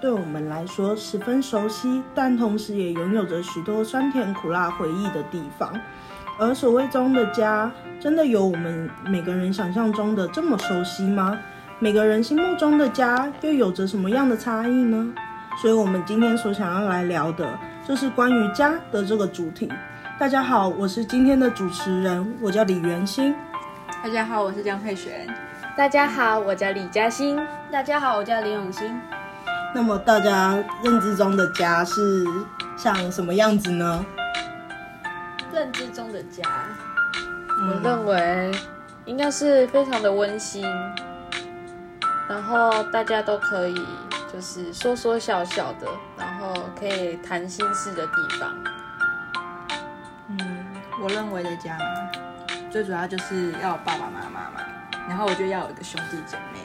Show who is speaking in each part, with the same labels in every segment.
Speaker 1: 对我们来说十分熟悉，但同时也拥有着许多酸甜苦辣回忆的地方。而所谓中的家，真的有我们每个人想象中的这么熟悉吗？每个人心目中的家又有着什么样的差异呢？所以，我们今天所想要来聊的，就是关于家的这个主题。大家好，我是今天的主持人，我叫李元星。
Speaker 2: 大家好，我是江佩璇。
Speaker 3: 大家好，我叫李嘉欣。
Speaker 4: 大家好，我叫李永新。
Speaker 1: 那么，大家认知中的家是像什么样子呢？
Speaker 4: 认知中的家，
Speaker 2: 嗯
Speaker 3: 我认为应该是非常的温馨，然后大家都可以就是说说笑笑的，然后可以谈心事的地方。
Speaker 2: 嗯，我认为的家最主要就是要有爸爸妈妈嘛，然后我就要有一个兄弟姐妹，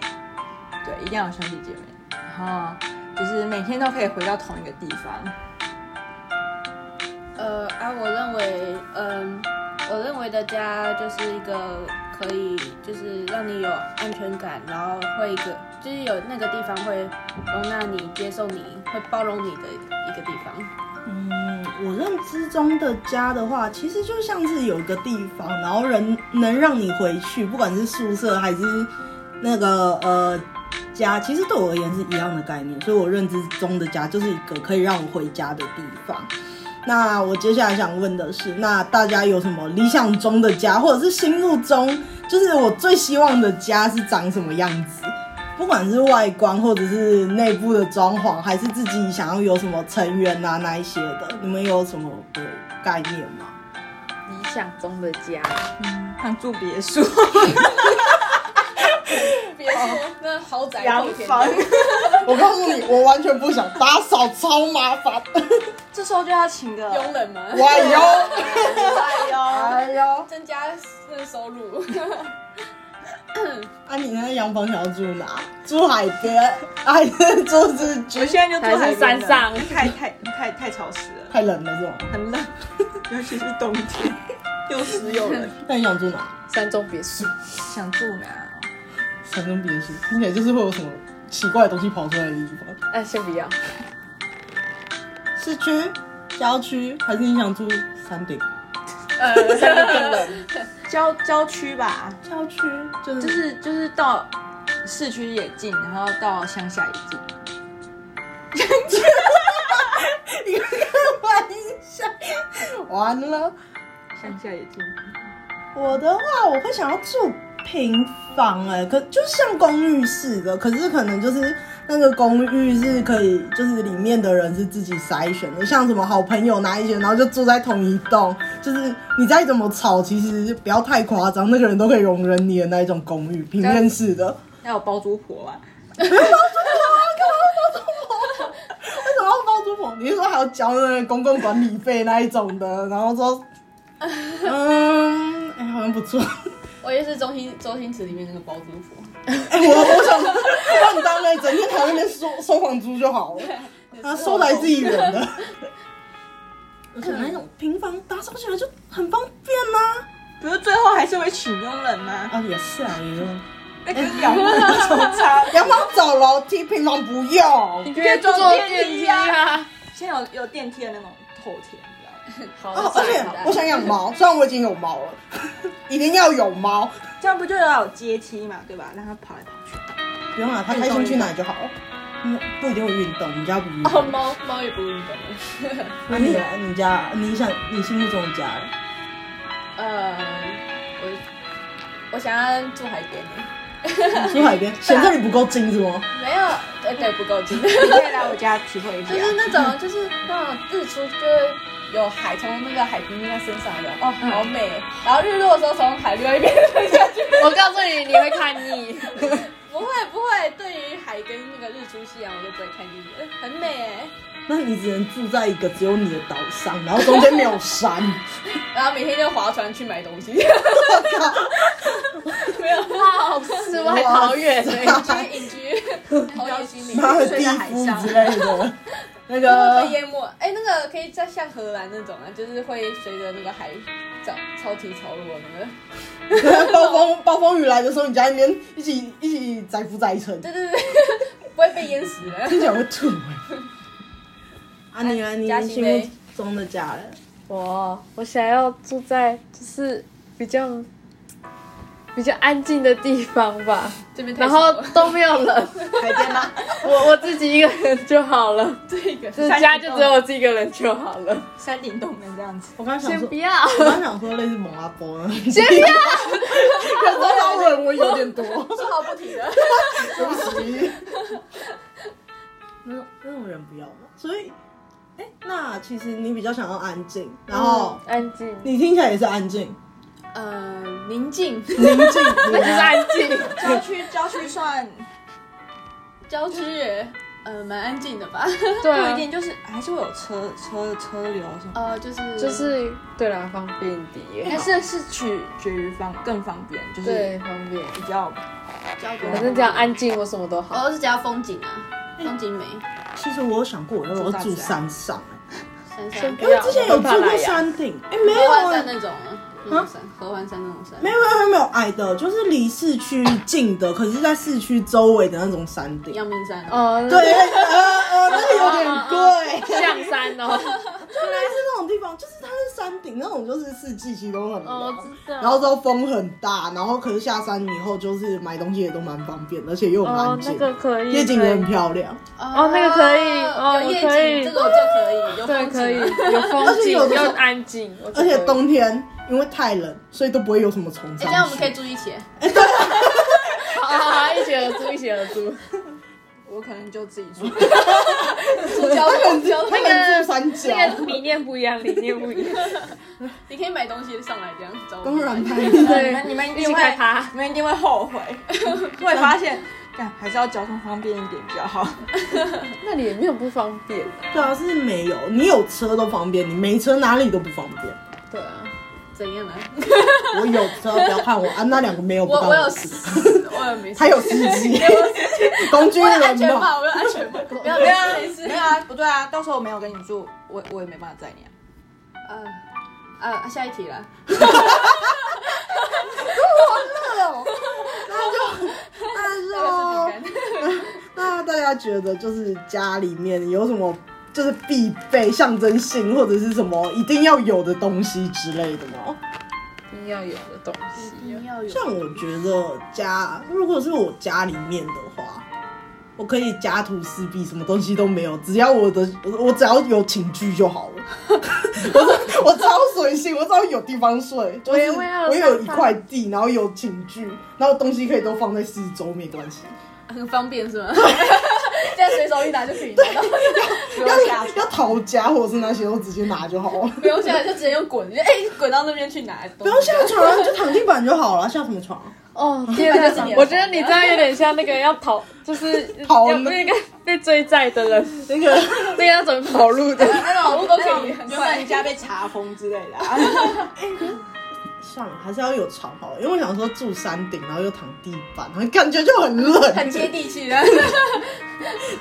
Speaker 2: 对，一定要有兄弟姐妹，然后就是每天都可以回到同一个地方。
Speaker 4: 呃啊，我认为，嗯、我认为的家就是一个可以，就是让你有安全感，然后会一个，就是有那个地方会容纳你、接受你、会包容你的一个地方。
Speaker 1: 嗯，我认知中的家的话，其实就像是有一个地方，然后人能让你回去，不管是宿舍还是那个呃家，其实对我而言是一样的概念。所以我认知中的家就是一个可以让我回家的地方。那我接下来想问的是，那大家有什么理想中的家，或者是心目中，就是我最希望的家是长什么样子？不管是外观或者是内部的装潢，还是自己想要有什么成员啊那一些的，你们有什么的概念吗？
Speaker 3: 理想中的家，
Speaker 2: 像住别墅、
Speaker 4: 别说 那豪宅
Speaker 2: 洋房，
Speaker 1: 我告诉你，我完全不想打扫，超麻烦。
Speaker 2: 这时候就要请个
Speaker 4: 佣人吗？
Speaker 1: 哎呦，
Speaker 2: 哎 呦，
Speaker 1: 哎呦，
Speaker 4: 增加那收入。
Speaker 1: 啊，你那洋房想要住哪？住海边，还是住自
Speaker 2: 我
Speaker 1: 居？
Speaker 2: 现在就住海边
Speaker 3: 还是山上
Speaker 2: 太太太太潮湿了，
Speaker 1: 太冷了是吗？
Speaker 2: 很冷， 尤其是冬天，又湿又冷。
Speaker 1: 那你想住哪？
Speaker 3: 山中别墅，
Speaker 2: 想住哪哦？
Speaker 1: 山中别墅，听起来就是会有什么奇怪的东西跑出来的地方。
Speaker 3: 哎，先不要，
Speaker 1: 市区、郊区，还是你想住山顶？
Speaker 3: 呃，山中冰冷，
Speaker 2: 郊郊区吧，
Speaker 1: 郊区就是
Speaker 2: 就是就是到市区也近，然后到乡下也近。
Speaker 1: 你开玩笑，完了。
Speaker 2: 乡下也近，
Speaker 1: 我的话，我会想要住平房、哎，可就像公寓似的，可是可能就是那个公寓是可以，就是里面的人是自己筛选的，像什么好朋友哪一些，然后就住在同一栋，就是你再怎么吵，其实不要太夸张，那个人都可以容忍你的那一种公寓，平面式的。
Speaker 2: 要有包租婆啊吧？
Speaker 1: 为什么要包租婆？你是说还要交那个公共管理费那一种的？然后 说，嗯，哎、好像不错。
Speaker 4: 我也是周星周星驰里面那个包租婆，
Speaker 1: 哎、我我想放当了，整天台那边收收房租就好了。他收来自己人的，而且那种平房打扫起来就很方便呐、
Speaker 2: 不是最后还是会请佣人吗？
Speaker 1: 啊。也是啊，也是。
Speaker 2: 那个两个 手差，
Speaker 1: 阳光走楼梯，平房不哦用。
Speaker 3: 你
Speaker 2: 可以坐电梯啊
Speaker 3: 啊。
Speaker 2: 现在有有电梯的那种透天，你知道吗
Speaker 3: 好
Speaker 1: 哦，而且我想养猫，虽然我已经有猫了， 一定要有猫。
Speaker 2: 这样不就要有阶梯嘛，对吧？让它跑来跑去。
Speaker 1: 不用啊，它开心去哪里就好。嗯，不一定会运动，我们家不运
Speaker 4: 哦，
Speaker 1: 动。
Speaker 4: 猫猫也不运动。
Speaker 1: 那你你家，你想你心目中的家，
Speaker 4: 呃，我我想要住海边耶，
Speaker 1: 住海边，嫌这里不够 近是吗？
Speaker 4: 没有，对对，不够 近，就
Speaker 2: 你可以来我家体会一 下。
Speaker 4: 是那种就是那种日出就会有海从那个海平面在身上的，哦，好
Speaker 1: 嗯
Speaker 4: 美。然后日落的时候从海另外一边看下去，
Speaker 3: 我告诉你，你会看 腻。
Speaker 4: 不会不会，对于海跟那个日出夕阳，我都不会看进去，呃很美耶。
Speaker 1: 那你只能住在一个只有你的岛上，然后中间没有 山。
Speaker 4: 然后每天就划船去买东西，
Speaker 1: 我靠！
Speaker 4: 没有，
Speaker 3: 哇，世外桃源
Speaker 1: 哇
Speaker 3: 欸，
Speaker 4: 去隐居， 陶冶心灵。
Speaker 1: 妈的地夫之类 的，那个
Speaker 4: 会 淹没。哎、那个可以再像荷兰那种啊，就是会随着那个海涨潮起潮落那个。
Speaker 1: 暴风暴风雨来的时候，你在那边一起一起载浮载沉，
Speaker 4: 对对对，
Speaker 2: 不会被淹死了。
Speaker 1: 听起来会吐 哎。啊，你呢？你
Speaker 2: 嘉欣
Speaker 1: 心目
Speaker 2: 嘞
Speaker 1: 中的家人？
Speaker 3: 我我想要住在就是比较比较安静的地方吧，
Speaker 2: 这边太
Speaker 3: 然后
Speaker 2: 小了
Speaker 3: 都没有人，
Speaker 1: 海边吗？
Speaker 3: 我我自己一个人就好了，
Speaker 2: 这个
Speaker 3: 就是家就只有我自己一个人就好了。
Speaker 2: 山顶洞人这样子，
Speaker 1: 我刚想
Speaker 3: 先
Speaker 1: 说
Speaker 3: 不，要，
Speaker 1: 我刚想说类似蒙阿波那种，
Speaker 3: 先不要，
Speaker 1: 可是他吻我有点多，
Speaker 2: 说好不提了。
Speaker 1: 对不起。 那种那种人不要嘛，所以，哎、那其实你比较想要安静，然后
Speaker 3: 嗯安静，
Speaker 1: 你听起来也是安静，
Speaker 2: 呃，宁静，
Speaker 1: 宁 静，你
Speaker 3: 那就是
Speaker 1: 呢
Speaker 3: 安 静。
Speaker 2: 郊区郊区算
Speaker 3: 嗯
Speaker 2: 郊区，呃，蛮安静的吧？不
Speaker 3: 对
Speaker 2: 一
Speaker 3: 啊，
Speaker 2: 定，就是还是会有车车车流什么。
Speaker 4: 呃，就是
Speaker 3: 就是对啦，方便一点，
Speaker 2: 但是是取决于方更方便，就是
Speaker 3: 嗯对方便。
Speaker 2: 比较
Speaker 4: 交给
Speaker 3: 反正只要安静，我什么都好。
Speaker 4: 哦，是只要风景啊，风景美，
Speaker 1: 其实我有想过，我要不要住山上、欸
Speaker 4: 山
Speaker 3: 先
Speaker 4: 上
Speaker 3: 不
Speaker 1: 因为
Speaker 3: 要，
Speaker 1: 之前有住过山顶，哎、没有
Speaker 4: 合欢
Speaker 1: 啊，
Speaker 4: 山那种啊，那种山，合欢山那种山，
Speaker 1: 没有没有没有没有矮的，就是离市区近的，可是在市区周围的那种山顶。
Speaker 4: 阳明山哦，
Speaker 3: 哦，
Speaker 1: 对，，呃呃，那个有点贵。
Speaker 3: 象山哦，
Speaker 1: 原来是那种地方，就是它是山顶那种，就是四季其实都很凉。
Speaker 3: 哦，我知道。
Speaker 1: 然后之后风很大，然后可是下山以后就是买东西也都蛮方便，而且又很
Speaker 3: 哦
Speaker 1: 安，静，
Speaker 3: 那个可以，
Speaker 1: 夜景也
Speaker 3: 可以
Speaker 1: 很漂亮，
Speaker 4: 哦
Speaker 3: 那个可以哦
Speaker 4: 有夜
Speaker 3: 可以
Speaker 4: 景，这个我就可以，
Speaker 3: 对，
Speaker 4: 有风
Speaker 3: 可以
Speaker 4: 景啊。
Speaker 3: 有
Speaker 1: 而
Speaker 3: 风
Speaker 1: 且
Speaker 3: 景，
Speaker 1: 有的时候
Speaker 3: 又安静，我觉
Speaker 1: 而
Speaker 3: 得
Speaker 1: 且
Speaker 3: 可以
Speaker 1: 冬天因为太冷，所以都不会有什么虫
Speaker 4: 哎，
Speaker 1: 上
Speaker 4: 这样我们可以
Speaker 1: 去。
Speaker 4: 住一起，
Speaker 3: 好好好，啊一起合租，一起合租。
Speaker 2: 我可能就自己住。
Speaker 4: 住交通交通
Speaker 1: 他，们住山脚，
Speaker 3: 那个理念不一样，理念不一样。
Speaker 4: 你可以买东西上来这样找我
Speaker 1: 当
Speaker 4: 们买。
Speaker 1: 然他也是
Speaker 2: 你们你们一
Speaker 3: 一
Speaker 2: 定
Speaker 3: 起
Speaker 2: 会
Speaker 3: 开趴，
Speaker 2: 你们一定会后 悔，会发现，干还是要交通方便一点比较 好。
Speaker 3: 那里也没有不方便啊。
Speaker 1: 对啊，是没有，你有车都方便，你没车哪里都不方便。
Speaker 3: 对啊，
Speaker 4: 怎样呢？
Speaker 1: 我有车，不要看我啊，那两个没有不
Speaker 4: 我
Speaker 1: 干
Speaker 4: 我有
Speaker 1: 我
Speaker 4: 司
Speaker 1: 事，，
Speaker 4: 我有没事，
Speaker 1: 他有司 机，工具
Speaker 4: 我有安
Speaker 1: 人
Speaker 4: 全
Speaker 1: 嘛。
Speaker 4: 帽，我有安全帽， 不要
Speaker 2: 没
Speaker 4: 没
Speaker 2: 有
Speaker 4: 事
Speaker 2: 啊
Speaker 4: 没事
Speaker 2: 没。有啊，不对啊，到时候我没有跟你住，我我也没办法载你啊。
Speaker 4: 呃呃，下一题了。
Speaker 1: 那就 那大家觉得就是家里面有什么就是必备象征性或者是什么一定要有的东西之类的吗？
Speaker 3: 一定要有的东西。啊
Speaker 4: 要有
Speaker 1: 像我觉得家如果是我家里面的话，我可以家徒四壁，什么东西都没有，只要我的我我只要有寝具就好了。 我我超随性，我只要有地方睡，就
Speaker 3: 我
Speaker 1: 是
Speaker 3: 也我也有
Speaker 1: 我有一
Speaker 3: 沙发
Speaker 1: 块地，然后有寝具，然后东西可以都放在四周，没关系。
Speaker 4: 很方便 是吗？现在随手一拿就可以拿到，
Speaker 1: 要 要逃家或者是那些，我直接拿就好了，
Speaker 4: 不用下来就直接用滚，就哎滚到那边去拿。不
Speaker 1: 不用下床，就躺地板就好了，下什么床？
Speaker 3: 哦，天
Speaker 4: 那就是你
Speaker 3: 哪！
Speaker 4: 的
Speaker 3: 我觉得你这样有点像那个要逃，就是
Speaker 1: 逃
Speaker 3: 要那个被追债的人，
Speaker 1: 那个
Speaker 3: 那个要怎么跑路的？
Speaker 4: 跑路都可以，很
Speaker 2: 就算
Speaker 4: 快
Speaker 2: 你。家被查封之类的、 啊，
Speaker 1: 算了，还是要有床好了，因为我想说住山顶，然后又躺地板，然后感觉就很冷，
Speaker 4: 很接地气 的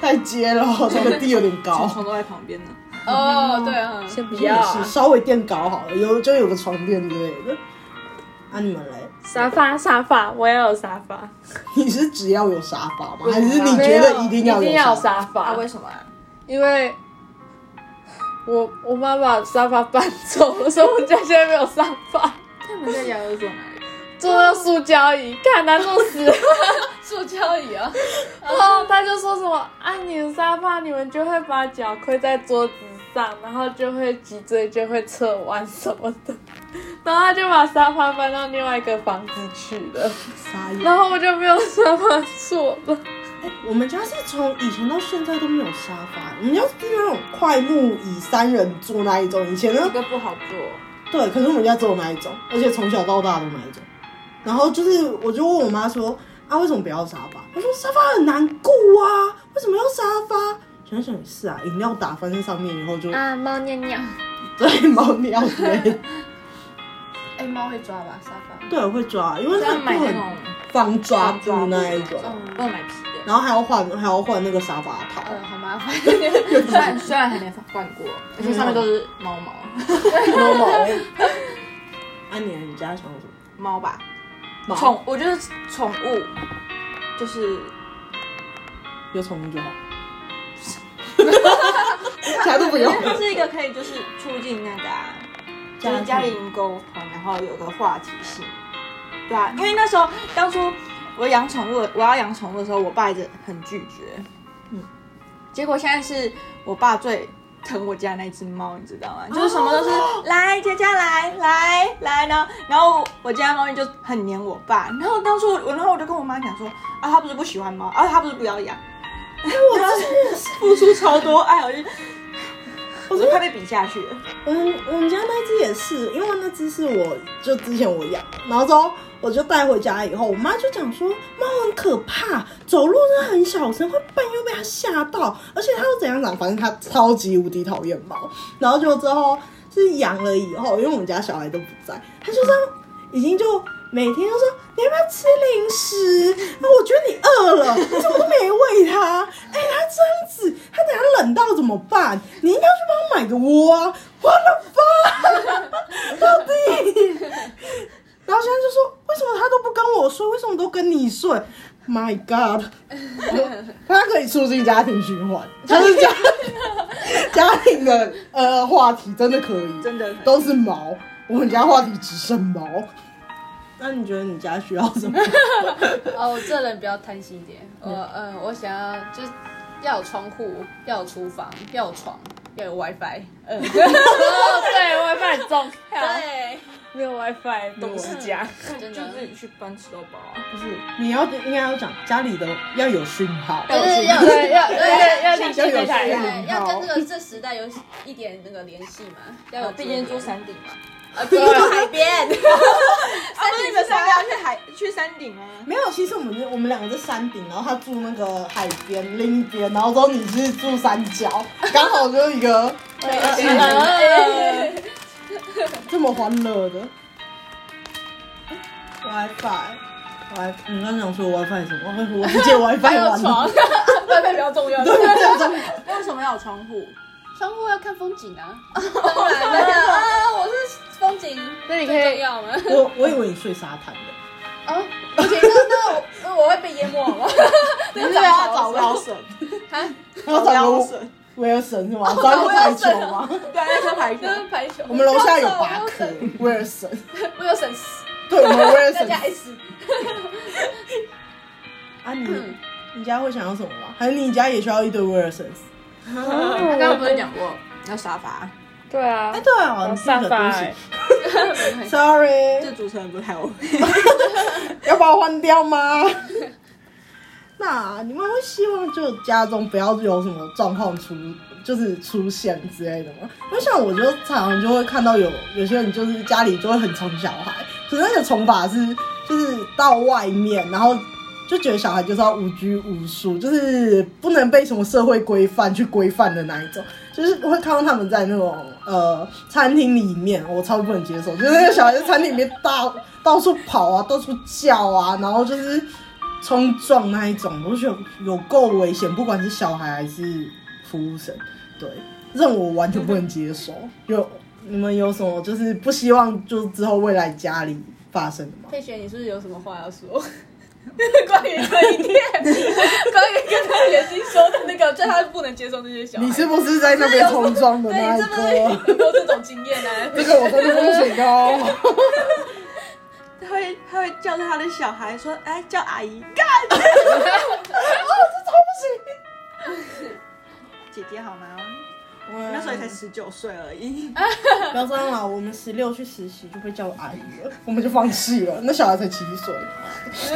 Speaker 1: 太接了，这个地有点高。
Speaker 2: 床都在旁边呢。
Speaker 4: 哦，对啊，
Speaker 3: 先不
Speaker 1: 也
Speaker 3: 要
Speaker 1: 是
Speaker 3: 啊，
Speaker 1: 稍微垫高好了，有就有个床垫之类的。啊，你们嘞？
Speaker 3: 沙发沙发，我要有沙发。
Speaker 1: 你是只要有沙发吗？
Speaker 2: 有
Speaker 1: 还是你觉得一定要
Speaker 3: 一定
Speaker 1: 有
Speaker 3: 要
Speaker 1: 沙
Speaker 3: 沙发？
Speaker 2: 啊，为什么、啊？
Speaker 3: 因为我我妈把沙发搬走，所以我们家现在没有沙发，
Speaker 2: 他们在亚洲做哪里？
Speaker 3: 坐到塑胶椅，看难坐死 了。
Speaker 4: 塑胶椅啊，
Speaker 3: 然后她就说什么啊，你的沙发你们就会把脚跪在桌子上，然后就会脊椎就会侧弯什么的。 然后她就把沙发搬到另外一个房子去了，
Speaker 1: 发？
Speaker 3: 然后我就没有沙发坐了。
Speaker 1: 我们家是从以前到现在都没有沙发，我们家是那种快木椅三人坐那一种，以前呢
Speaker 2: 这个不好做，
Speaker 1: 对，可是我们家只有那一种，而且从小到大都那一种。然后就是，我就问我妈说：“啊，为什么不要沙发？”她说：“沙发很难顾啊，为什么要沙发？”想想也是啊，饮料打翻在上面以后就、
Speaker 3: 啊，猫尿尿。
Speaker 1: 对猫尿之类的，
Speaker 4: 哎，猫会抓吧沙发？
Speaker 1: 对，会抓，因为它
Speaker 2: 要买
Speaker 1: 不
Speaker 2: 那
Speaker 1: 很
Speaker 2: 种
Speaker 1: 防抓住那一种。
Speaker 2: 不能买
Speaker 4: 嗯
Speaker 2: 皮的。
Speaker 1: 然后还要换，还要换那个沙发套。
Speaker 4: 呃，好 麻烦。
Speaker 2: 虽然虽然还没换过，而且上面都是猫毛，
Speaker 1: 猫毛。 啊，你你家想要什么？
Speaker 2: 猫吧，
Speaker 1: 猫
Speaker 2: 宠，我觉得宠物就是
Speaker 1: 有宠物就 好，其他都不用。
Speaker 2: 这是一个可以就是促进那个、啊，就是家庭沟通，然后有个话题性。对啊，因为那时候当初我养宠物，我要养宠物的时候，我爸一直很拒绝。嗯，结果现在是我爸最疼我家那只猫，你知道吗？
Speaker 1: 哦
Speaker 2: 就是什么都是、来佳佳来来来，然后然后我家猫咪就很黏我爸。然后当初我，然后我就跟我妈讲说啊，他不是不喜欢猫，啊他不是不要养。 我真的是付出超多爱，哦我就我都快被比下去了。
Speaker 1: 我们我们家那只也是，因为那只是我就之前我养，然后之后我就带回家以后，我妈就讲说猫很可怕，走路真的很小声，会半夜被它吓到，而且它又怎样长，反正它超级无敌讨厌猫。然后就之后是养了以后，因为我们家小孩都不在，它就这样已经就。每天都说你要不要吃零食？啊我觉得你饿了，你怎么都没喂它？哎、它这样子，它等下冷到怎么办？你应该去帮它买个窝啊！我的妈， 到底？然后现在就说，为什么它都不跟我睡？为什么都跟你睡？My God，它可以促进家庭循 环，它是家家庭的呃话题真的可以，
Speaker 2: 真的可以
Speaker 1: 都是毛，我们家话题只剩毛。那你觉得你家需要什 么？
Speaker 3: 哦，我这人比较贪心一点，我嗯、呃，我想要就是要有窗户，要有厨房，要有床，要有 WiFi。嗯， 哦，对，WiFi 很重要。
Speaker 4: 对，
Speaker 3: 没有 WiFi，
Speaker 2: 都不是家，
Speaker 3: 真的
Speaker 2: 就自己去搬吃到饱啊。
Speaker 1: 不是，你要应该要讲家里的要有讯号，
Speaker 3: 就是要对 要对要理
Speaker 1: 要
Speaker 3: 性
Speaker 1: 有
Speaker 3: 对
Speaker 1: 信
Speaker 3: 待。
Speaker 1: 号
Speaker 4: 对，要跟这个这时代有一点那个联系嘛，要有
Speaker 2: 啊哦毕竟住山顶嘛，
Speaker 4: 啊，
Speaker 3: 呃
Speaker 4: 不要 住海 边，
Speaker 2: 啊，不是你们三个要去海去山 顶啊？
Speaker 1: 没有，其实我们是我们两个在山顶，然后他住那个海边另一边，然后之后你是住山脚，刚好就是一个这么欢乐的哎 WiFi。Wi，你嗯刚想说 WiFi 什么？我我不 借 WiFi
Speaker 3: 还有
Speaker 1: 玩
Speaker 3: 床
Speaker 1: 了。
Speaker 3: ，WiFi 比较重要。
Speaker 2: 为什么要有窗户？
Speaker 3: 窗户要看风景啊。
Speaker 4: 当然 了啊，我是风景
Speaker 3: 那你可
Speaker 4: 最重
Speaker 3: 以
Speaker 4: 要吗？
Speaker 1: 我我以为你睡沙滩的，
Speaker 4: 哦，不行，那那我那我会被淹没好 吗？
Speaker 2: 你是要找高神，
Speaker 1: 然后找
Speaker 2: 高
Speaker 1: 个
Speaker 2: 神，
Speaker 1: 威尔森是吗？找个排球吗？
Speaker 2: 对，那时候排 球
Speaker 4: 就。是排球，
Speaker 1: 我们楼下有八颗威尔森，
Speaker 4: 我有省，
Speaker 1: 对， 我们威尔
Speaker 4: 大
Speaker 1: 森
Speaker 4: 家 S，
Speaker 1: 啊，你你家会想要什么吗？还是你家也需要一堆威尔森？
Speaker 2: 刚刚不是讲过要沙发，
Speaker 3: 对啊
Speaker 1: 哎，，对哦，你
Speaker 3: 沙
Speaker 1: 记得
Speaker 3: 发
Speaker 1: 对
Speaker 3: 欸
Speaker 1: 不起。
Speaker 4: 没
Speaker 1: Sorry，
Speaker 2: 这主持人不太会。
Speaker 1: 要把我换掉吗？ 那你们会希望就家中不要有什么状况出，就是出现之类的吗？因为像我就常常就会看到有有些人就是家里就会很宠小孩，可是那个宠法是就是到外面，然后就觉得小孩就是要无拘无束，就是不能被什么社会规范去规范的那一种。就是会看到他们在那种呃餐厅里面，我超不能接受，就是那个小孩在餐厅里面到到处跑啊，到处叫啊，然后就是冲撞那一种，我就觉得有够危险，不管是小孩还是服务生，对，这种我完全不能接受。有你们有什么就是不希望就是之后未来家里发生的吗？
Speaker 3: 佩璇，你是不是有什么话要说？
Speaker 4: 关于这一点，关于刚刚袁心说的那个，就他不能接受这些小孩，
Speaker 1: 你是不是在那边冲撞的那一个？
Speaker 4: 有没有这种经验啊呢？
Speaker 1: 这个我真的不行哦。
Speaker 2: 他会他会叫他的小孩说，哎，叫阿姨干。哦姐姐好吗？我那时候也才十九岁而已。
Speaker 1: 不要这样啦，我们十六去实习就被叫阿姨了，我们就放弃了。那小孩才七岁。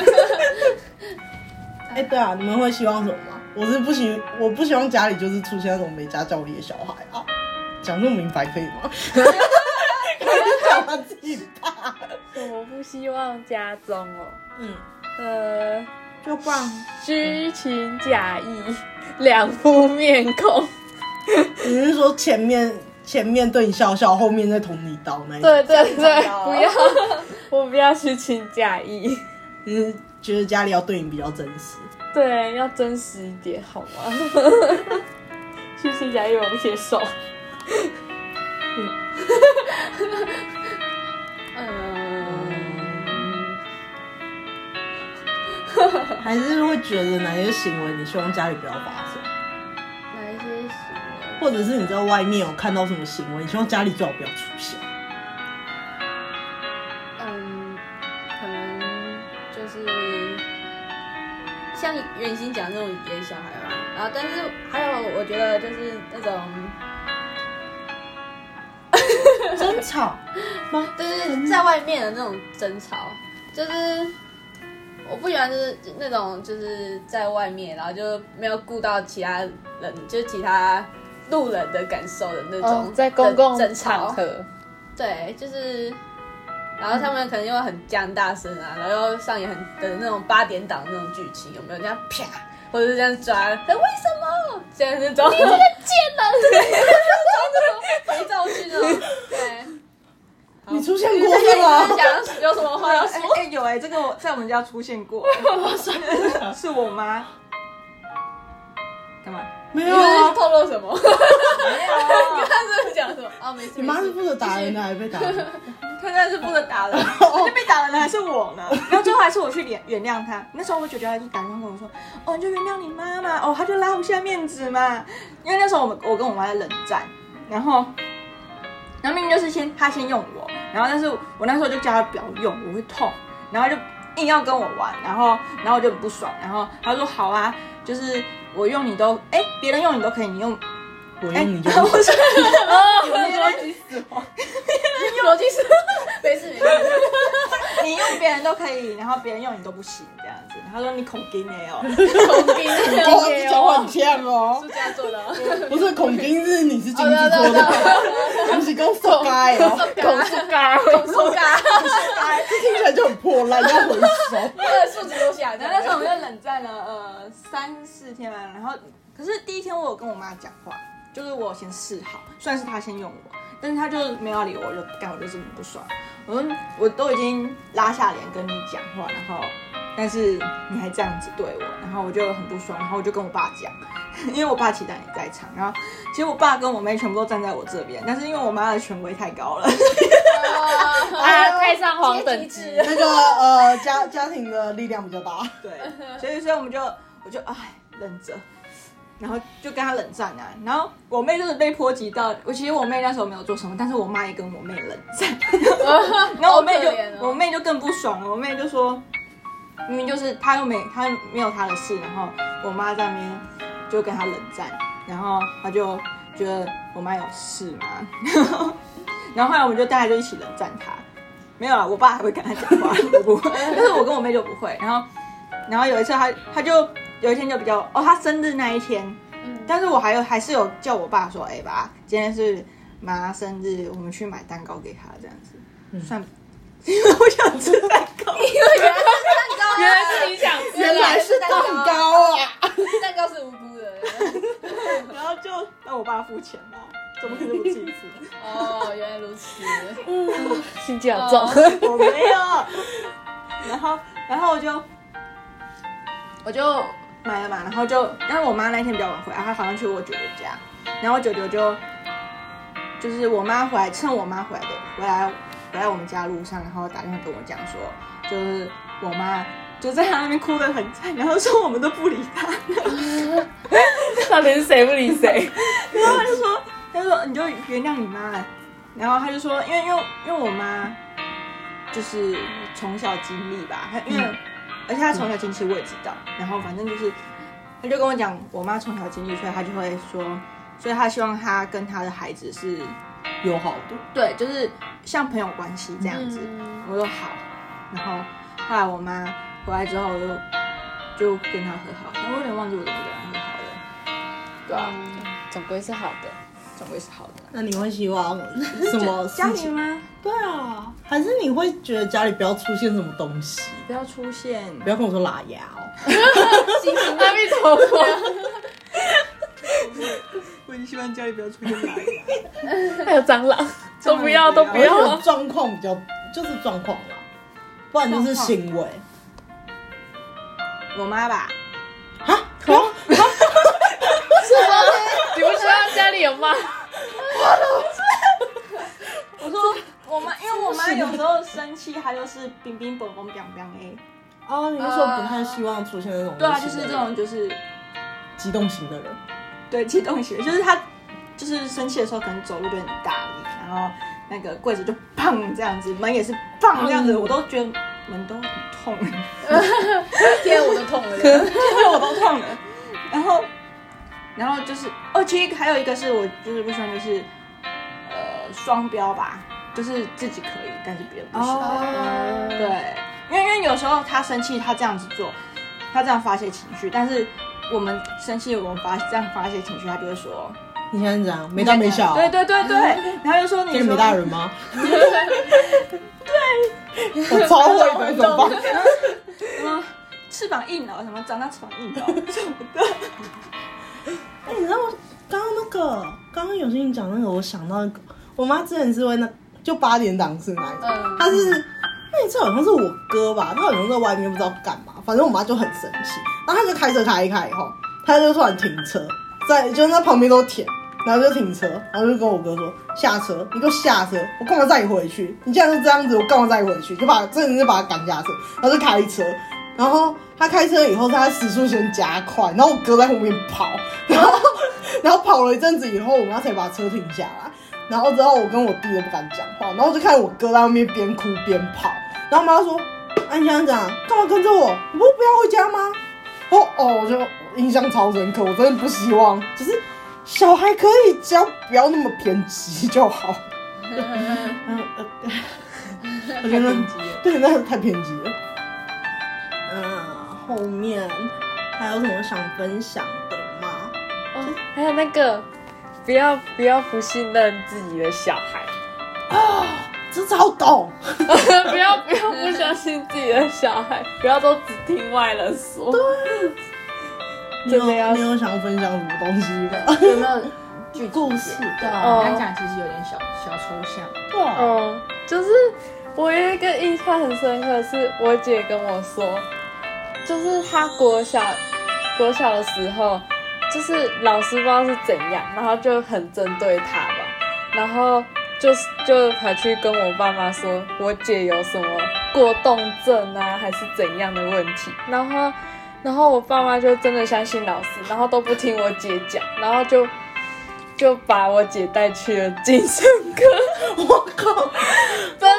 Speaker 1: 哎、对啊，你们会希望什么吗？我是不希，我不希望家里就是出现那种没家教力的小孩啊。讲这么明白可以吗？可以讲他自己吧。
Speaker 3: 我不希望家中哦，
Speaker 1: 嗯，
Speaker 3: 呃，
Speaker 1: 就不然
Speaker 3: 虚情假意，两副面孔。
Speaker 1: 你是说前面前面对你笑笑，后面再捅你一刀那一种？
Speaker 3: 对对对，不
Speaker 4: 不
Speaker 3: 要， 我不要虚情假意。
Speaker 1: 你是觉得家里要对你比较真实？
Speaker 3: 对，要真实一点好吗？虚情假意我不接受。
Speaker 4: 呃嗯，
Speaker 1: 还是会觉得哪些行为你希望家里不要发生，
Speaker 4: 哪一些行为？
Speaker 1: 或者是你在外面有看到什么行为，你希望家里最好不要出现。
Speaker 4: 嗯，可能
Speaker 3: 就是
Speaker 4: 像袁心讲那种野小孩吧。然后，但是还有，我觉得就是那 种，
Speaker 1: 争吵吗？
Speaker 3: 嗯
Speaker 4: 就是在外面的那种争吵，就是我不喜欢就是那种就是在外面，然后就没有顾到其他人，就是其他路人的感受的那种、
Speaker 3: 哦，在公共
Speaker 4: 争吵
Speaker 3: 场合，
Speaker 4: 对，就是，然后他们可能又很讲大声啊，然后又上演很的那种八点档那种剧情，有没有这样啪，或者是这样抓？哎，为什么？这样那种，你这个贱人，对，这种肥皂剧那种，对。
Speaker 1: 你出现过 是
Speaker 4: 你
Speaker 1: 吗？啊
Speaker 4: 想有什么话要
Speaker 2: 哎、
Speaker 4: 说？
Speaker 2: 哎有哎、这个我在我们家出现 过，是我妈。 干嘛？
Speaker 1: 没
Speaker 4: 你
Speaker 1: 有啊
Speaker 4: 是，透露什么？
Speaker 2: 没有啊
Speaker 4: 他是不是讲什么？啊，没事。
Speaker 1: 你妈
Speaker 4: 没
Speaker 1: 是
Speaker 4: 事
Speaker 1: 负责打人的，还是被打 人的？
Speaker 4: 他但是不能 打人。
Speaker 2: 那就被打了呢，还是我 呢？然哦后最后还是我去原原谅他。那时候我姐姐还是打电话跟我说：“哦，你就原谅你妈嘛，哦，她就拉不下面子嘛。”因为那时候我们我跟我妈在冷战，然后，然后明明就是先她先用我，然后但是我那时候就叫她不要用，我会痛，然后就硬要跟我玩，然后然后我就很不爽，然后她说：“好啊，就是我用你都，哎，别人用你都可以，你用
Speaker 1: 我
Speaker 2: 哎，
Speaker 1: 用你就
Speaker 2: 我说哦
Speaker 4: 逻辑是，没事没事。
Speaker 2: 你用别人都可以，然后别人用你都不行这样子。”她说：“你恐惊哦没有？”
Speaker 4: 恐兵那
Speaker 1: 哇，
Speaker 4: 种
Speaker 1: 你讲话很呛哦
Speaker 4: 是。这样做的哦。
Speaker 1: 不是恐惊是你是金 子做的， 不是公受该哦，
Speaker 3: 恐怖感，
Speaker 4: 手感，
Speaker 1: 这听起来就很破烂，要回 收。
Speaker 4: 那个素质都下
Speaker 2: 然
Speaker 4: 来
Speaker 2: 后那时候我们就冷战了呃三四天吧，然后可是第一天我有跟我妈讲话，就是我有先示好，虽然是她先用我，但是她就没有要理我，我就干我就这么不爽，我说我都已经拉下脸跟你讲话，然后但是你还这样子对我，然后我就很不爽，然后我就跟我爸讲， 因为我爸其实也在场，然后其实我爸跟我妹全部都站在我这边，但是因为我妈的权威太高了，
Speaker 3: 啊，太上皇等级，
Speaker 4: 哦级
Speaker 1: 那个呃，家家庭的力量比较大，
Speaker 2: 对，所以所以我们就我就哎忍着，然后就跟他冷战啊。然后我妹就是被波及到，我其实我妹那时候没有做什么，但是我妈也跟我妹冷战， 然后我妹就、
Speaker 4: 好可怜哦
Speaker 2: 我妹就更不爽了，我妹就说明明就是她又没她没有她的事，然后我妈在那边就跟她冷战，然后她就觉得我妈有事嘛， 然后然后后来我们就大家就一起冷战她。没有啊，我爸还会跟她讲话，我不会， 但是我跟我妹就不会。然后然后有一次他他就有一天就比较哦，他生日那一天，但是我还有还是有叫我爸说，哎、爸，今天是妈生日，我们去买蛋糕给他这样子，算， 因为我想吃蛋糕，
Speaker 3: 原来是你想吃
Speaker 1: 原来
Speaker 3: 的，
Speaker 1: 是蛋糕啊！
Speaker 4: 蛋糕是无辜的。
Speaker 2: 然后就让我爸付钱啦，怎么可能我自己付？
Speaker 4: 哦，原来如此。
Speaker 3: 心机好重，
Speaker 2: 我没有，然后然后我就我就买了嘛，然后就因为我妈那天比较晚回来，啊她好像去我舅舅家，然后我舅舅就就是我妈回来，趁我妈回来的回来回来我们家路上，然后打电话跟我讲说，就是我妈就在她那边哭得很惨，然后说我们都不理她，
Speaker 3: 到底是谁不理谁？
Speaker 2: 然后他就说，他就说你就原谅你妈了。然后他就说，因为因为因为我妈就是从小经历吧，她因为、而且她从小经历我也知道，然后反正就是，他就跟我讲，我妈从小经历，所以她就会说，所以她希望她跟她的孩子是
Speaker 1: 有好多，
Speaker 2: 对，就是像朋友关系这样子。
Speaker 3: 嗯
Speaker 2: 我说好，然后后来我妈回来之后，我就就跟她和好，但我有点忘记我怎么跟她和好了。对啊，
Speaker 3: 总归是好的，
Speaker 2: 总归是好的啦。
Speaker 1: 那你会希望什么事
Speaker 2: 家里
Speaker 1: 情？
Speaker 2: 吗？
Speaker 1: 对啊，还是你会觉得家里不要出现什么东西？
Speaker 2: 不要出现，
Speaker 1: 不要跟我说喇牙哦，
Speaker 4: 心情
Speaker 3: 阿弥陀佛，
Speaker 2: 我也希望家里不要出现啊来。
Speaker 3: 还有蟑螂，都不要，都不
Speaker 2: 哎
Speaker 1: 我觉
Speaker 3: 要
Speaker 1: 得，状况比较就是状况啦，不然就是行为
Speaker 2: 我妈吧，
Speaker 1: 啊。哦
Speaker 3: 你不希望家里有骂？
Speaker 2: 我说我妈，因为我妈有时候生气，她就是冰冰蹦蹦 biang biang 哎，
Speaker 1: 哦，你是说不太希望出现那种
Speaker 2: 对啊，
Speaker 1: 类
Speaker 2: 就
Speaker 1: 型的
Speaker 2: 是这
Speaker 1: 人
Speaker 2: 种就是
Speaker 1: 激动型的人，
Speaker 2: 对激动型，就是他就是生气的时候可能走路就很大力，然后那个柜子就砰这样子，门也是砰这样子，我都觉得门都很 痛，
Speaker 3: 天，我都痛了。这样
Speaker 2: 我都痛了。然后，然后就是哦，其实还有一个是我就是不喜欢就是呃双标吧，就是自己可以，但是别人不行。
Speaker 1: 哦
Speaker 2: 对，因为因为有时候他生气，他这样子做，他这样发泄情绪，但是我们生气，我们发这样发泄情绪，他就会说
Speaker 1: 你现在是怎样没大没小？
Speaker 2: 对，对对对，然后就说你
Speaker 1: 这个
Speaker 2: 说哎
Speaker 1: 没大人 吗？对， 我超会的，怎么办？
Speaker 2: 什么翅膀硬了，什么长大翅膀 硬了，
Speaker 1: 哎、你知道我刚刚那个，刚刚有心你讲那个，我想到一个，我妈之前是会那就八点档是哪一种？
Speaker 4: 嗯
Speaker 1: 她是那一次好像是我哥吧，他好像在外面不知道干嘛，反正我妈就很生气，然后她就开车开一开以后，她就突然停车，在就哎那旁边都舔。然后就停车，然后就跟我哥说下车，你就下车，我干嘛载你回去？你既然是这样子，我干嘛载你回去？就把真的是把他赶下车，然后就开车，然后他开车以后，他时速先加快，然后我哥在后面跑，然后 然后跑了一阵子以后，我妈才把车停下来。然后之后我跟我弟都不敢讲话，然后就看我哥在后面边哭边跑，然后我妈说：“啊，你想怎样？干嘛跟着我？你不是不要回家吗？”哦哦，我就印象超深刻，我真的不希望，就是小孩可以只要不要那么偏激就好。嗯，呃我觉得对，那太偏激了。嗯，后面还有什么想分享的吗？
Speaker 3: 哦还有那个，不要不要不信任自己的小孩，
Speaker 1: 这超懂。
Speaker 3: 不要不要不相信自己的小孩，不要都只听外人说。
Speaker 1: 你有
Speaker 3: 真的要
Speaker 1: 你有想分享什么东西的？
Speaker 2: 有没有举
Speaker 1: 故事
Speaker 2: 对啊，
Speaker 3: 哦
Speaker 2: 刚讲其实有点小小抽象，
Speaker 1: 哇，
Speaker 3: 嗯，就是我有一个印象很深刻，是我姐跟我说，就是她国小国小的时候，就是老师不知道是怎样，然后就很针对她吧，然后就是就跑去跟我爸妈说我姐有什么过动症啊，还是怎样的问题，然后。然后我爸妈就真的相信老师，然后都不听我姐讲，然后就就把我姐带去了精神科。
Speaker 1: 我靠，
Speaker 3: 真的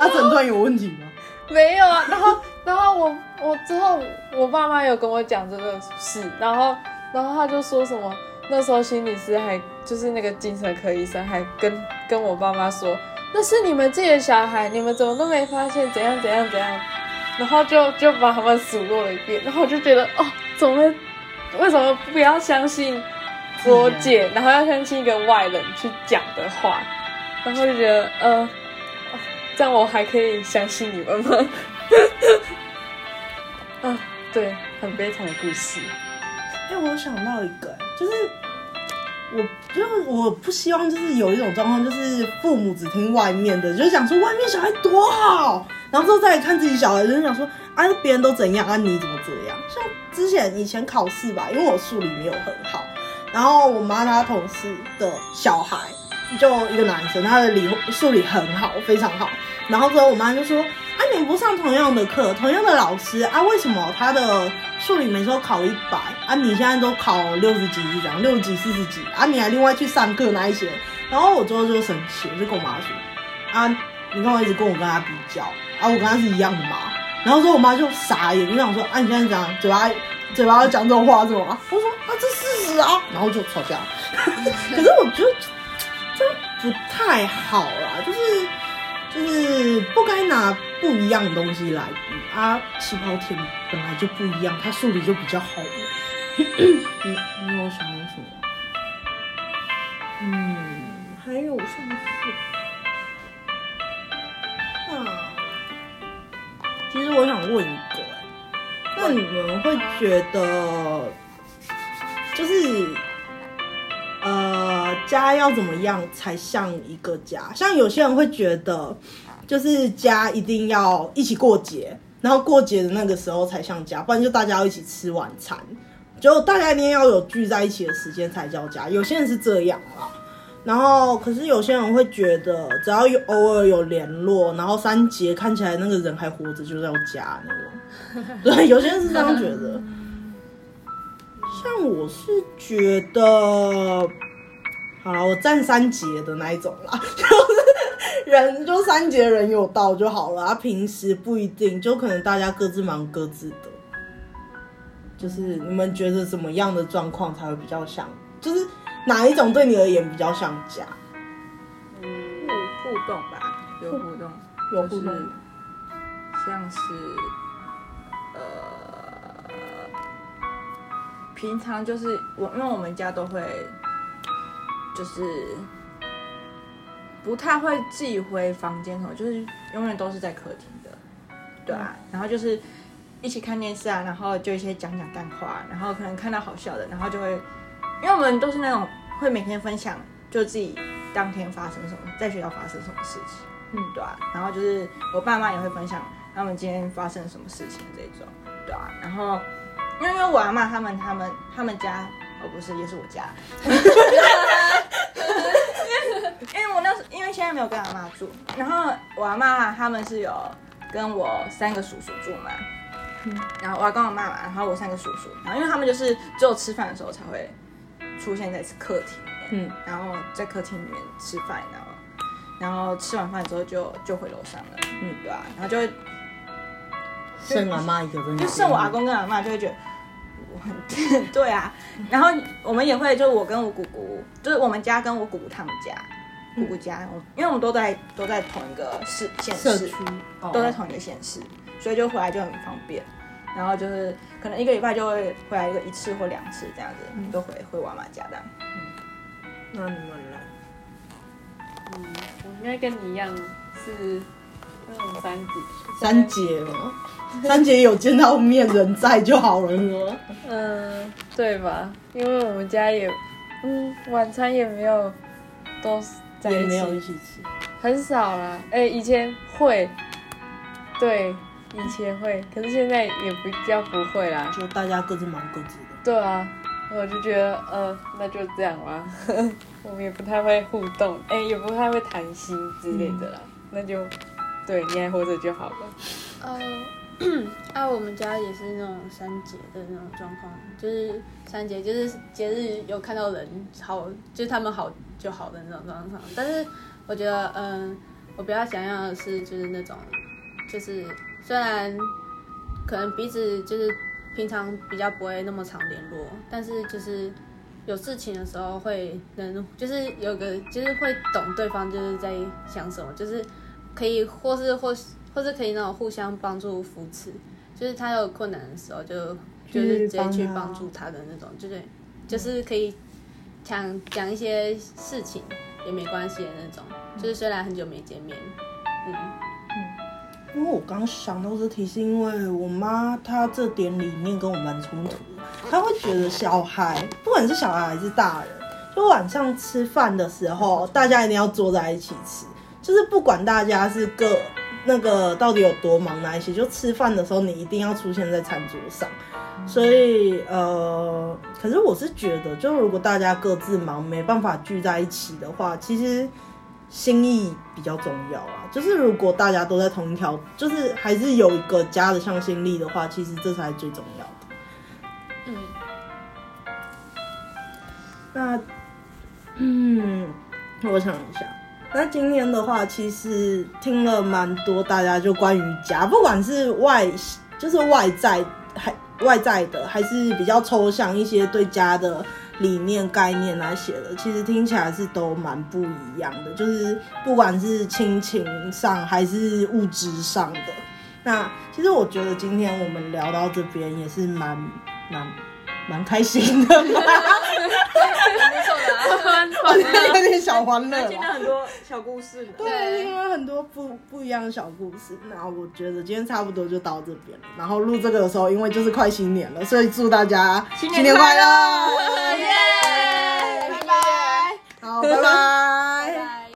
Speaker 1: 他诊断有问题吗？
Speaker 3: 没有啊。然后，然后我我之后我爸妈有跟我讲这个事，然后然后他就说什么那时候心理师还就是那个精神科医生还跟跟我爸妈说那是你们自己的小孩，你们怎么都没发现怎样怎样怎样，然后就就把他们数落了一遍，然后我就觉得哦，怎么会为什么不要相信？我姐，然后要相信一个外人去讲的话，然后就觉得，呃，这样我还可以相信你们吗？ 啊，对，很悲惨的故事。
Speaker 1: 哎、我想到一个、就是我就是我不希望就是有一种状况，就是父母只听外面的，就是想说外面小孩多好，然后之后再看自己小孩，就是想说啊别人都怎样啊你怎么这样？像之前以前考试吧，因为我数理没有很好，然后我妈她同事的小孩就一个男生，他的理数理很好，非常好。然后之后我妈就说：“啊，你们不上同样的课，同样的老师啊，为什么他的数理每次都考一百啊，你现在都考六十几是这样，六十几、四十几啊，你还另外去上课那一些？”然后我之后就生气，我就跟我妈说：“啊，你干嘛一直跟我跟他比较啊？我跟他是一样的嘛。”然后之后我妈就傻眼，就想说：“啊，你现在怎样？嘴巴嘴巴要讲这种话是吗？”我说：“啊，这事实啊。”然后就吵架。 可是我觉得这这不太好啦，就是就是不该拿不一样的东西来比啊。起跑点本来就不一样，它数理就比较好。你你有想到什么？嗯，还有上次啊，其实我想问一个、欸，那你们会觉得就是呃，家要怎么样才像一个家？像有些人会觉得，就是家一定要一起过节，然后过节的那个时候才像家，不然就大家要一起吃晚餐，就大家一定要有聚在一起的时间才叫家。有些人是这样啦，啊然后可是有些人会觉得，只要有偶尔有联络，然后三节看起来那个人还活着，就叫家那种。对，有些人是这样觉得。像我是觉得，好了，我站三节的那一种啦， 就是人就三节人有到就好了。啊，平时不一定，就可能大家各自忙各自的。就是你们觉得怎么样的状况才会比较像？就是哪一种对你而言比较像家？
Speaker 2: 互互动吧，有互动，
Speaker 1: 有互动
Speaker 2: 就是像是呃，平常就是我，因为我们家都会就是不太会自己回房间什么，就是永远都是在客厅的，对啊，然后就是。一起看电视啊，然后就一些讲讲干话，啊然后可能看到好笑的，然后就会，因为我们都是那种会每天分享，就自己当天发生什么，在学校发生什么事情，嗯，对啊，然后就是我爸妈也会分享他们今天发生什么事情这一种，对啊，然后因为因为我阿妈他们他们他们家哦不是也是我家， 因为我那时因为现在没有跟阿妈住，然后我阿妈他们是有跟我三个叔叔住嘛，然后我阿公我妈妈，然后我三个叔叔，然后因为他们就是只有吃饭的时候才会出现在客厅里面，
Speaker 1: 嗯
Speaker 2: 然后在客厅里面吃饭，然后然后吃完饭之后就就回楼上了，嗯，对吧、然后就会
Speaker 1: 剩阿妈一个人，
Speaker 2: 就剩我阿。公跟阿妈就会觉得。我很 对啊，然后我们也会，就我跟我姑姑，就是我们家跟我姑姑他们家，姑姑家，我因为我们都在都在同一个市县
Speaker 1: 社
Speaker 2: 市
Speaker 1: 区，哦
Speaker 2: 都在同一个县市，所以就回来就很方便。然后就是可能一个礼拜就会回来一个一次或两次这样子，
Speaker 1: 嗯
Speaker 2: 都回回我阿妈家这样。
Speaker 1: 那你们呢？
Speaker 3: 我应该跟你一样是那种三级，
Speaker 1: 三姐吗？三姐有见到面，人在就好了吗？
Speaker 3: 嗯，对吧？因为我们家也，嗯，晚餐也没有都是在
Speaker 1: 也
Speaker 3: 一
Speaker 1: 没有一
Speaker 3: 起，
Speaker 1: 起吃。
Speaker 3: 很少啦。哎、以前会，对，以前会，可是现在也比较不会啦。
Speaker 1: 就大家各自忙各自的。
Speaker 3: 对啊，我就觉得，呃，那就这样啦。 我们也不太会互动，哎、也不太会谈心之类的啦。那就，对你还活着就好了。
Speaker 4: 呃，啊，我们家也是那种三节的那种状况，就是三节就是节日有看到人好，就是他们好就好的那种状况。但是我觉得，嗯、我比较想要的是就是那种，就是虽然可能彼此就是平常比较不会那么常联络，但是就是。有事情的时候会能，就是有个，就是会懂对方就是在想什么，就是可以或是或是或是可以那种互相帮助扶持，就是他有困难的时候就就是直接去帮助他的嗯那种，就是就是可以讲讲一些事情也没关系的那种，就是虽然很久没见面，嗯，
Speaker 1: 因为我刚想到这题，是因为我妈她这点理念跟我蛮冲突的，她会觉得小孩，不管是小孩还是大人，就晚上吃饭的时候，大家一定要坐在一起吃，就是不管大家是各那个到底有多忙那一些，就吃饭的时候你一定要出现在餐桌上。所以呃，可是我是觉得，就如果大家各自忙，没办法聚在一起的话，其实心意比较重要啊。就是如果大家都在同一条，就是还是有一个家的向心力的话，其实这才是最重要的。
Speaker 4: 嗯，
Speaker 1: 那嗯，我想一下。那今天的话，其实听了蛮多大家就关于家，不管是外就是外在还外在的，还是比较抽象一些对家的理念、概念来写的，其实听起来是都蛮不一样的。就是不管是亲情上还是物质上的，那其实我觉得今天我们聊到这边也是蛮蛮蛮开心 的，
Speaker 4: 没错啦，
Speaker 1: 有点小欢乐
Speaker 2: 听
Speaker 1: 啦
Speaker 2: 到。很多小故事呢，
Speaker 1: 对，因为很多不不一样的小故事。那我觉得今天差不多就到这边了。然后录这个的时候，因为就是快新年了，所以祝大家新
Speaker 2: 年
Speaker 1: 快
Speaker 2: 快乐
Speaker 1: 乐！
Speaker 2: 耶，拜拜。
Speaker 1: 好，拜拜。